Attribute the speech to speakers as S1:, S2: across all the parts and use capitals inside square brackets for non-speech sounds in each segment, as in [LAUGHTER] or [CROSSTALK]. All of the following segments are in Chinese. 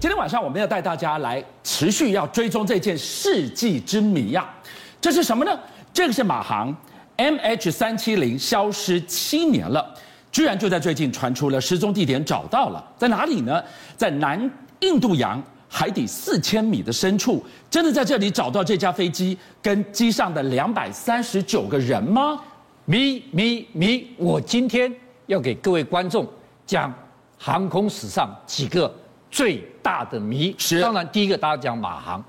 S1: 今天晚上我们要带大家来持续要追踪这件世纪之谜呀、这是什么呢？这个是马航 MH 三七零消失七年了，居然就在最近传出了失踪地点找到了，在哪里呢？在南印度洋海底四千米的深处，真的在这里找到这架飞机跟机上的两百三十九个人吗？
S2: 咪咪咪！我今天要给各位观众讲航空史上几个最大的谜。
S1: 是
S2: 当然第一个大家讲马航，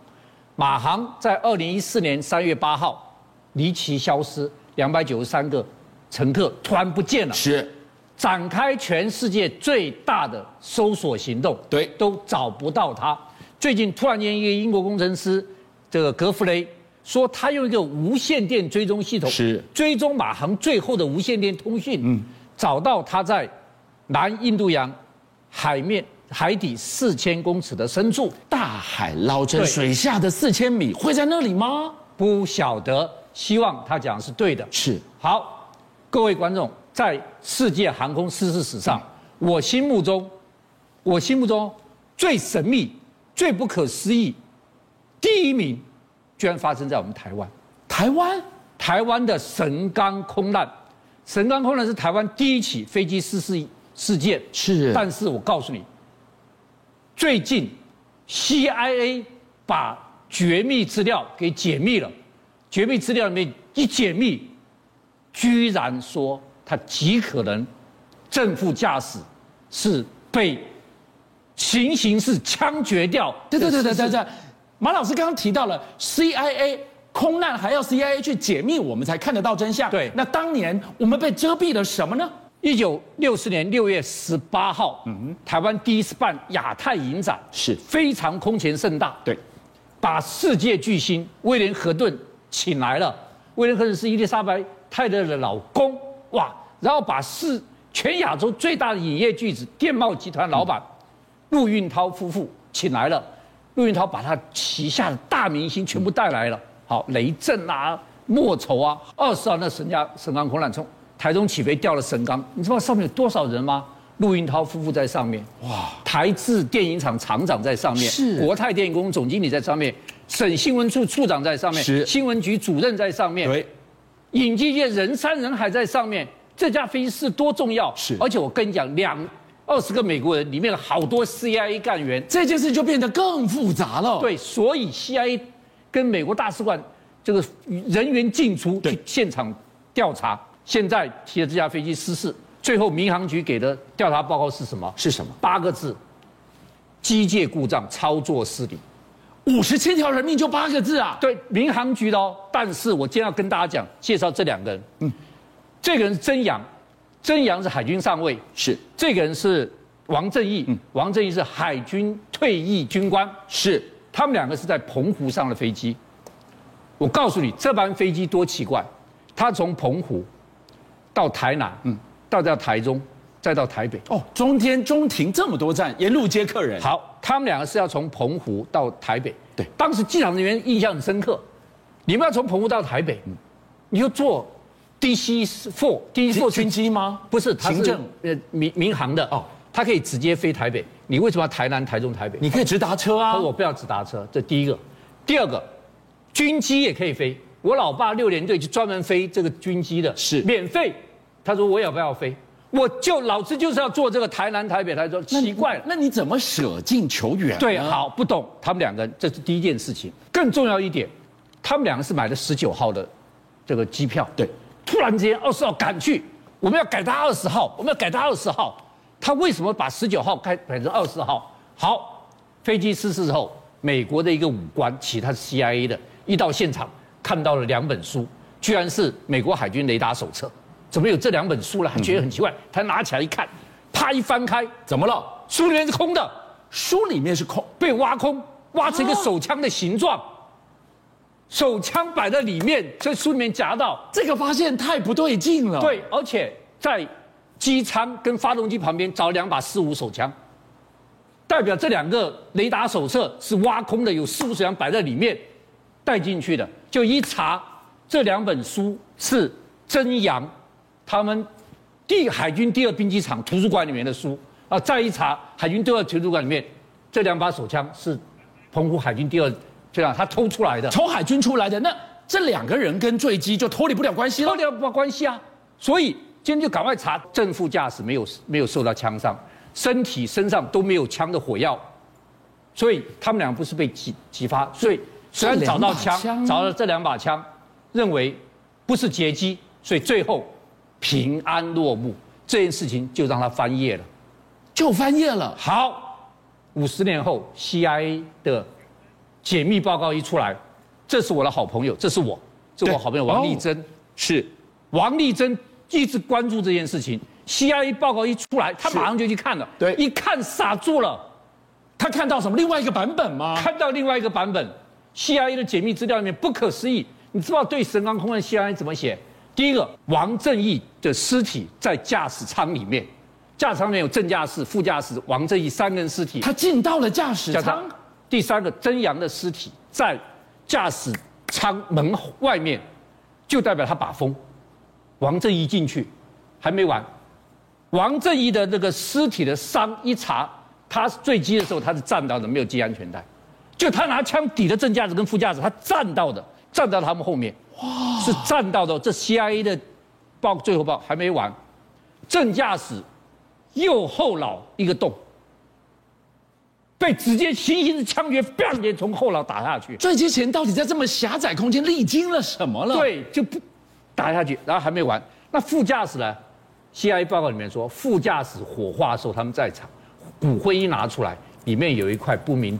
S2: 马航在二零一四年三月八号离奇消失，两百九十三个乘客突然不见了，
S1: 是
S2: 展开全世界最大的搜索行动，
S1: 对
S2: 都找不到他。最近突然间，一个英国工程师，这个格弗雷说，他用一个无线电追踪系统，
S1: 是
S2: 追踪马航最后的无线电通讯，嗯，找到他在南印度洋海面海底四千公尺的深处。
S1: 大海捞针，
S2: 对
S1: 水下的四千米会在那里吗？
S2: 不晓得，希望他讲的是对的。
S1: 是
S2: 好，各位观众，在世界航空失事史上，我心目中，我心目中最神秘、最不可思议，第一名，居然发生在我们台湾。
S1: 台湾
S2: 台湾的神冈空难，神冈空难是台湾第一起飞机失事事件。
S1: 是
S2: 但是我告诉你，最近 CIA 把绝密资料给解密了，绝密资料里面一解密，居然说他极可能正副驾驶是被行刑是枪决掉。
S1: 对对对对对对，马老师刚刚提到了 CIA 空难还要 CIA 去解密，我们才看得到真相。
S2: 对
S1: 那当年我们被遮蔽了什么呢？
S2: 一九六四年六月十八号，台湾第一次办亚太影展，
S1: 是
S2: 非常空前盛大，
S1: 对，
S2: 把世界巨星威廉·何顿请来了。威廉·何顿是伊丽莎白·泰勒的老公，哇！然后把世全亚洲最大的影业巨子电贸集团老板陆运涛夫妇请来了。陆运涛把他旗下的大明星全部带来了，好，雷震啊、莫愁啊，二十号那神家神冈空难从台中起飞掉了神冈，你知道上面有多少人吗？陆运涛夫妇在上面，哇！台制电影厂厂长在上面，
S1: 是
S2: 国泰哦电影公司总经理在上面，省新闻处处长在上面，
S1: 是
S2: 新闻局主任在上面，
S1: 对，
S2: 影剧界人山人海在上面，这架飞机是多重要？
S1: 是
S2: 而且我跟你讲，两二十个美国人里面好多 CIA 干员，
S1: 这件事就变得更复杂了。，
S2: 对，所以 CIA 跟美国大使馆这个人员进出
S1: 对
S2: 去现场调查，现在提的这架飞机失事，最后民航局给的调查报告是什么？
S1: 是什么？
S2: 八个字：机械故障、操作失礼。
S1: 五十七条人命就八个字啊！
S2: 对，民航局的哦。但是我今天要跟大家讲，介绍这两个人。嗯，这个人是曾阳，曾阳是海军上尉，
S1: 是
S2: 这个人是王正义，王正义是海军退役军官。
S1: 是，
S2: 他们两个是在澎湖上的飞机。我告诉你，这班飞机多奇怪，他从澎湖到台南，嗯，到到台中，再到台北。
S1: 哦，中天、中庭这么多站，沿路接客人。
S2: 好，他们两个是要从澎湖到台北。
S1: 对
S2: 当时机场人员印象很深刻，你们要从澎湖到台北，
S1: 嗯
S2: 你就坐 DC Four DC
S1: 坐
S2: Four
S1: 军机吗？
S2: 不是，它是
S1: 行政
S2: 呃民民航的
S1: 哦
S2: 哦，它可以直接飞台北。你为什么要台南、台中、台北？
S1: 你可以直达车啊
S2: 他。说我不要直达车，这第一个。第二个，军机也可以飞。我老爸六连队就专门飞这个军机的，
S1: 是
S2: 免费。他说我也不要飞，我就老子就是要坐这个台南、台北。他说奇怪了，
S1: 那你怎么舍近求远？
S2: 对，，好不懂。他们两个人，这是第一件事情。更重要一点，他们两个是买了十九号的这个机票，
S1: 对，
S2: 突然之间二十号赶去，我们要改他二十号，我们要改他二十号。他为什么把十九号改改成二十号？好，飞机失事之后，美国的一个武官，其实他是 CIA 的，一到现场看到了两本书，居然是美国海军雷达手册。怎么有这两本书了？还觉得很奇怪。他拿起来一看，啪一翻开，
S1: 嗯怎么了？
S2: 书里面是空的。
S1: 书里面是空，啊
S2: 被挖空，挖成一个手枪的形状，手枪摆在里面，在书里面夹到，
S1: 这个发现太不对劲了。，
S2: 对，而且在机舱跟发动机旁边找两把四五手枪，代表这两个雷达手册是挖空的，有四五手枪摆在里面带进去的，就一查，这两本书是真阳他们第海军第二兵机厂图书馆里面的书啊，再一查海军第二图书馆里面这两把手枪是澎湖海军第二这样他偷出来的，
S1: 从海军出来的，那这两个人跟坠机就脱离不了关系
S2: 脱
S1: 了。
S2: 离不关系啊。所以今天就赶快查正副驾驶没有没有受到枪伤，身体身上都没有枪的火药，所以他们俩不是被击击发，所以虽然
S1: 这
S2: 找
S1: 两
S2: 到
S1: 把
S2: 枪，
S1: 枪
S2: 找到这两把枪，认为不是劫机，所以最后平安落幕，这件事情就让他翻页了。
S1: 就翻页了，
S2: 好，五十年后 CIA 的解密报告一出来，这是我的好朋友，这是我，这是我
S1: 对
S2: 好朋友王立
S1: 哦
S2: 珍。
S1: 是
S2: 王立珍一直关注这件事情，CIA 报告一出来，他
S1: 是
S2: 马上就去看了，
S1: 对
S2: 一看傻住了，
S1: 他看到什么另外一个版本吗？
S2: 看到另外一个版本，CIA 的解密资料里面不可思议，你知道对神冈空难 CIA 怎么写？第一个，王正义的尸体在驾驶舱里面，驾驶舱里面有正驾驶、副驾驶王正义三个人尸体，
S1: 他进到了驾驶
S2: 加
S1: 舱
S2: 上，第三个曾阳的尸体在驾驶舱门外面，就代表他把风。王正义进去，还没完。王正义的那个尸体的伤一查，他坠机的时候他是站到的，没有系安全带，就他拿枪抵着正驾驶跟副驾驶，他站到的，站到他们后面，哇，是站到的。这 CIA 的报最后报还没完，正驾驶右后脑一个洞，被直接行刑的枪决，啪直接从后脑打下去。
S1: 坠机前到底在这么狭窄空间历经了什么了？，
S2: 对，就不打下去，然后还没完。那副驾驶呢？CIA 报告里面说，副驾驶火化的时候他们在场，骨灰一拿出来，里面有一块不明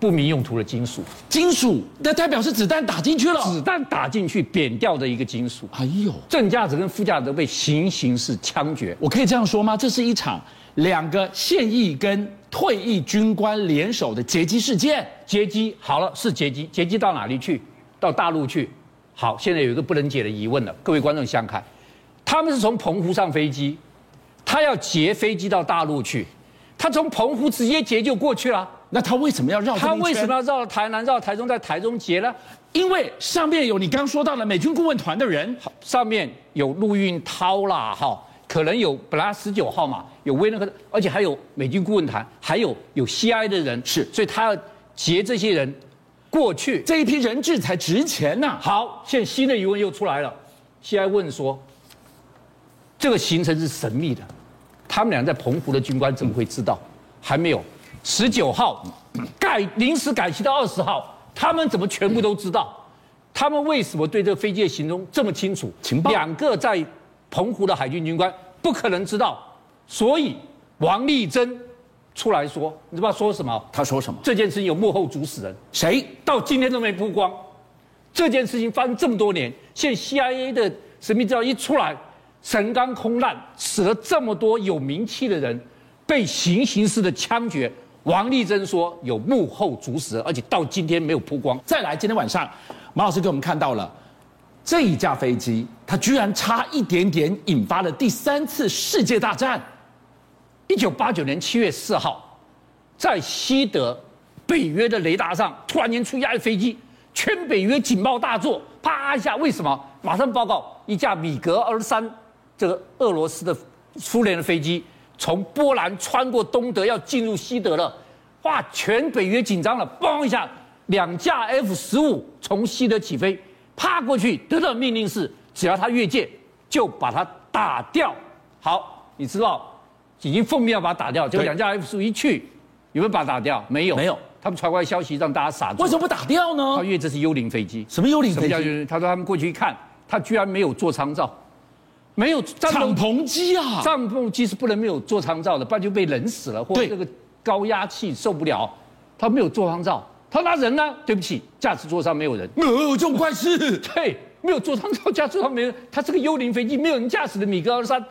S2: 不明用途的金属，
S1: 金属那代表是子弹打进去了。
S2: 子弹打进去扁掉的一个金属。
S1: 哎呦，
S2: 正驾驶跟副驾驶都被行刑式枪决，
S1: 我可以这样说吗？这是一场两个现役跟退役军官联手的劫机事件。
S2: 劫机好了是劫机，劫机到哪里去？到大陆去。好，现在有一个不能解的疑问了，各位观众想想看，他们是从澎湖上飞机，他要劫飞机到大陆去，他从澎湖直接劫就过去了，
S1: 那他为什么要绕这
S2: 他
S1: 么一圈？
S2: 为什么要绕台南、绕台中，在台中劫呢？
S1: 因为上面有你刚说到的美军顾问团的人，
S2: 上面有陆运涛啦，哈，可能有本来十九号嘛，有威廉克，而且还有美军顾问团，还有有 CI 的人，
S1: 是
S2: 所以他要劫这些人过去。
S1: 这一批人质才值钱呐、
S2: 好，现在新的疑问又出来了。现在问说，这个行程是神秘的，他们俩在澎湖的军官怎么会知道？还没有，十九号改临时改期到二十号，他们怎么全部都知道？他们为什么对这个飞机的行踪这么清楚？
S1: 情报
S2: 两个在澎湖的海军军官不可能知道，所以王立珍出来说，你知道说什么？
S1: 他说什么？
S2: 这件事情有幕后主使人。
S1: 谁？
S2: 到今天都没曝光。这件事情发生这么多年，现在 CIA 的神秘资料一出来，神冈空难死了这么多有名气的人，被行刑式的枪决。王丽珍说有幕后主使人，而且到今天没有曝光。
S1: 再来，今天晚上，马老师给我们看到了这一架飞机，它居然差一点点引发了第三次世界大战。
S2: 一九八九年七月四号，在西德北约的雷达上突然间出一架飞机，全北约警报大作，啪一下，为什么？马上报告，一架米格二三，这个俄罗斯的苏联的飞机从波兰穿过东德要进入西德了，哇，全北约紧张了，嘣一下，两架 F 十五从西德起飞，啪过去，得到命令是，只要他越界，就把他打掉。好，你知道已经奉命要把它打掉，结果
S1: 对
S2: 两架 F 十五一去，有没有把它打掉？没有，
S1: 没有。
S2: 他们传过来消息让大家傻住
S1: 为。什么不打掉呢
S2: 他？因为这是幽灵飞机，
S1: 什么幽灵
S2: 什么
S1: 飞
S2: 叫幽
S1: 机？
S2: 灵？他说他们过去一看，他居然没有座舱罩，没有战斗
S1: 敞篷机啊！
S2: 帐篷机是不能没有座舱罩的，不然就被冷死了，或
S1: 对
S2: 这个高压气受不了。他没有座舱罩，他拿人呢？对不起，驾驶座上没有人。
S1: 呃有这种怪事，
S2: 对，没有座舱罩，驾驶座上没人。他是个幽灵飞机，没有人驾驶的米格二三，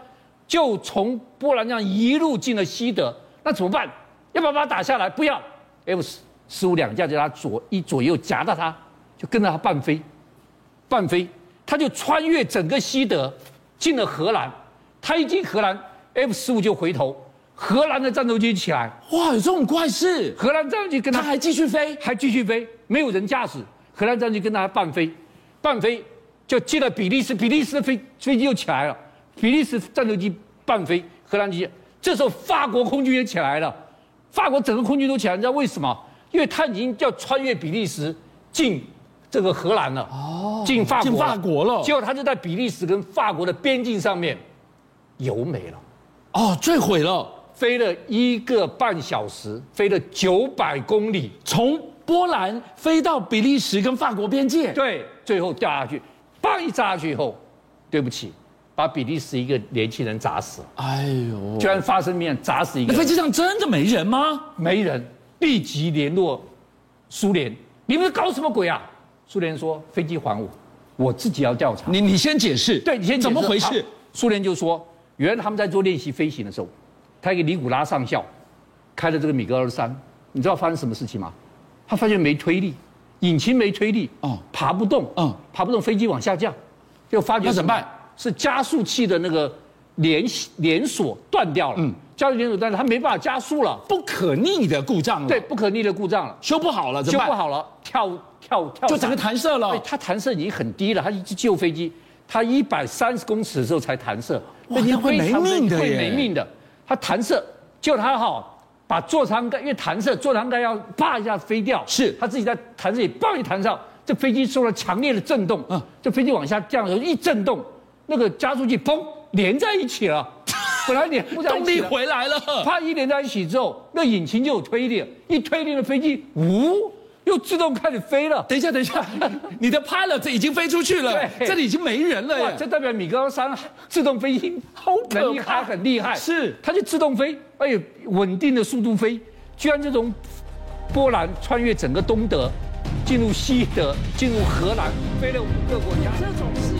S2: 就从波兰这样一路进了西德，那怎么办？要不要把它打下来？不要，F 十五两架就他左一左右夹到他，就跟着他半飞。半飞，他就穿越整个西德，进了荷兰。他一进荷兰，F 十五就回头，荷兰的战斗机起来，
S1: 哇，有这种怪事，
S2: 荷兰战斗机跟
S1: 它
S2: 他
S1: 还继续飞。
S2: 还继续飞，没有人驾驶，荷兰战机跟他半飞，半飞就进了比利时，比利时的飞飞机又起来了，比利时战斗机半飞，荷兰机，这时候法国空军也起来了，法国整个空军都起来，你知道为什么？因为它已经要穿越比利时进这个荷兰了，哦，进法国
S1: 进
S2: 了，
S1: 法国了
S2: 结果它就在比利时跟法国的边境上面油没了。
S1: 哦，坠毁了，
S2: 飞了一个半小时，飞了九百公里，
S1: 从波兰飞到比利时跟法国边界。
S2: 对，最后掉下去，砰一炸下去以后，对不起，把比利时一个年轻人砸死了，
S1: 哎呦
S2: 居，然发生命案砸死一个
S1: 那
S2: 人
S1: 飞机上真的没人吗？
S2: 没人，立即联络苏联，你们搞什么鬼啊？苏联说飞机还我，我自己要调查。
S1: 你你先解释，
S2: 对，你先解
S1: 怎
S2: 释
S1: 么回事
S2: 好？苏联就说，原来他们在做练习飞行的时候，他一个尼古拉上校开了这个米格二三，你知道发生什么事情吗？他发现没推力，引擎没推力，
S1: 哦
S2: 爬不动，
S1: 嗯
S2: 爬不动，飞机往下降，就发觉
S1: 那怎么办？
S2: 是加速器的那个连连锁断掉了，嗯，加速连锁断了，它没办法加速了，
S1: 不可逆的故障了，啊
S2: 对，，不可逆的故障了，
S1: 修不好了，怎
S2: 修
S1: 么
S2: 不
S1: 办？
S2: 好了，跳跳跳伞，
S1: 就整个弹射了
S2: 对，。它弹射已经很低了，它一直救飞机，它一百三十公尺的时候才弹射，
S1: 哇
S2: 已经
S1: 那会
S2: 非常
S1: 没命的
S2: 会
S1: 耶
S2: 没命的。它弹射，就它好把座舱盖，因为弹射座舱盖要啪一下飞掉，
S1: 是
S2: 它自己在弹射也棒一弹上，这飞机受到强烈的震动，
S1: 嗯
S2: 嗯，这飞机往下降的时候一震动，那个加速器砰连在一起
S1: [LAUGHS]
S2: 了，本来连不在一
S1: 动
S2: 起
S1: 力
S2: 了。
S1: 回来 [LAUGHS] 了，
S2: 啪一连在一起之后，那引擎就有推力了，一推力，那飞机呜又自动开始飞了。
S1: 等一下，等一下， [LAUGHS] 你的 pilot 已经飞出去了，
S2: 对
S1: 这里已经没人了
S2: 哇，
S1: 耶
S2: 这。代表米格三自动飞行
S1: 好可怕
S2: 能力还很厉害，
S1: 是
S2: 它就自动飞，而且稳定的速度飞，居然这种波兰穿越整个东德，进入西德，进入荷兰，飞了五个国家，这种事情。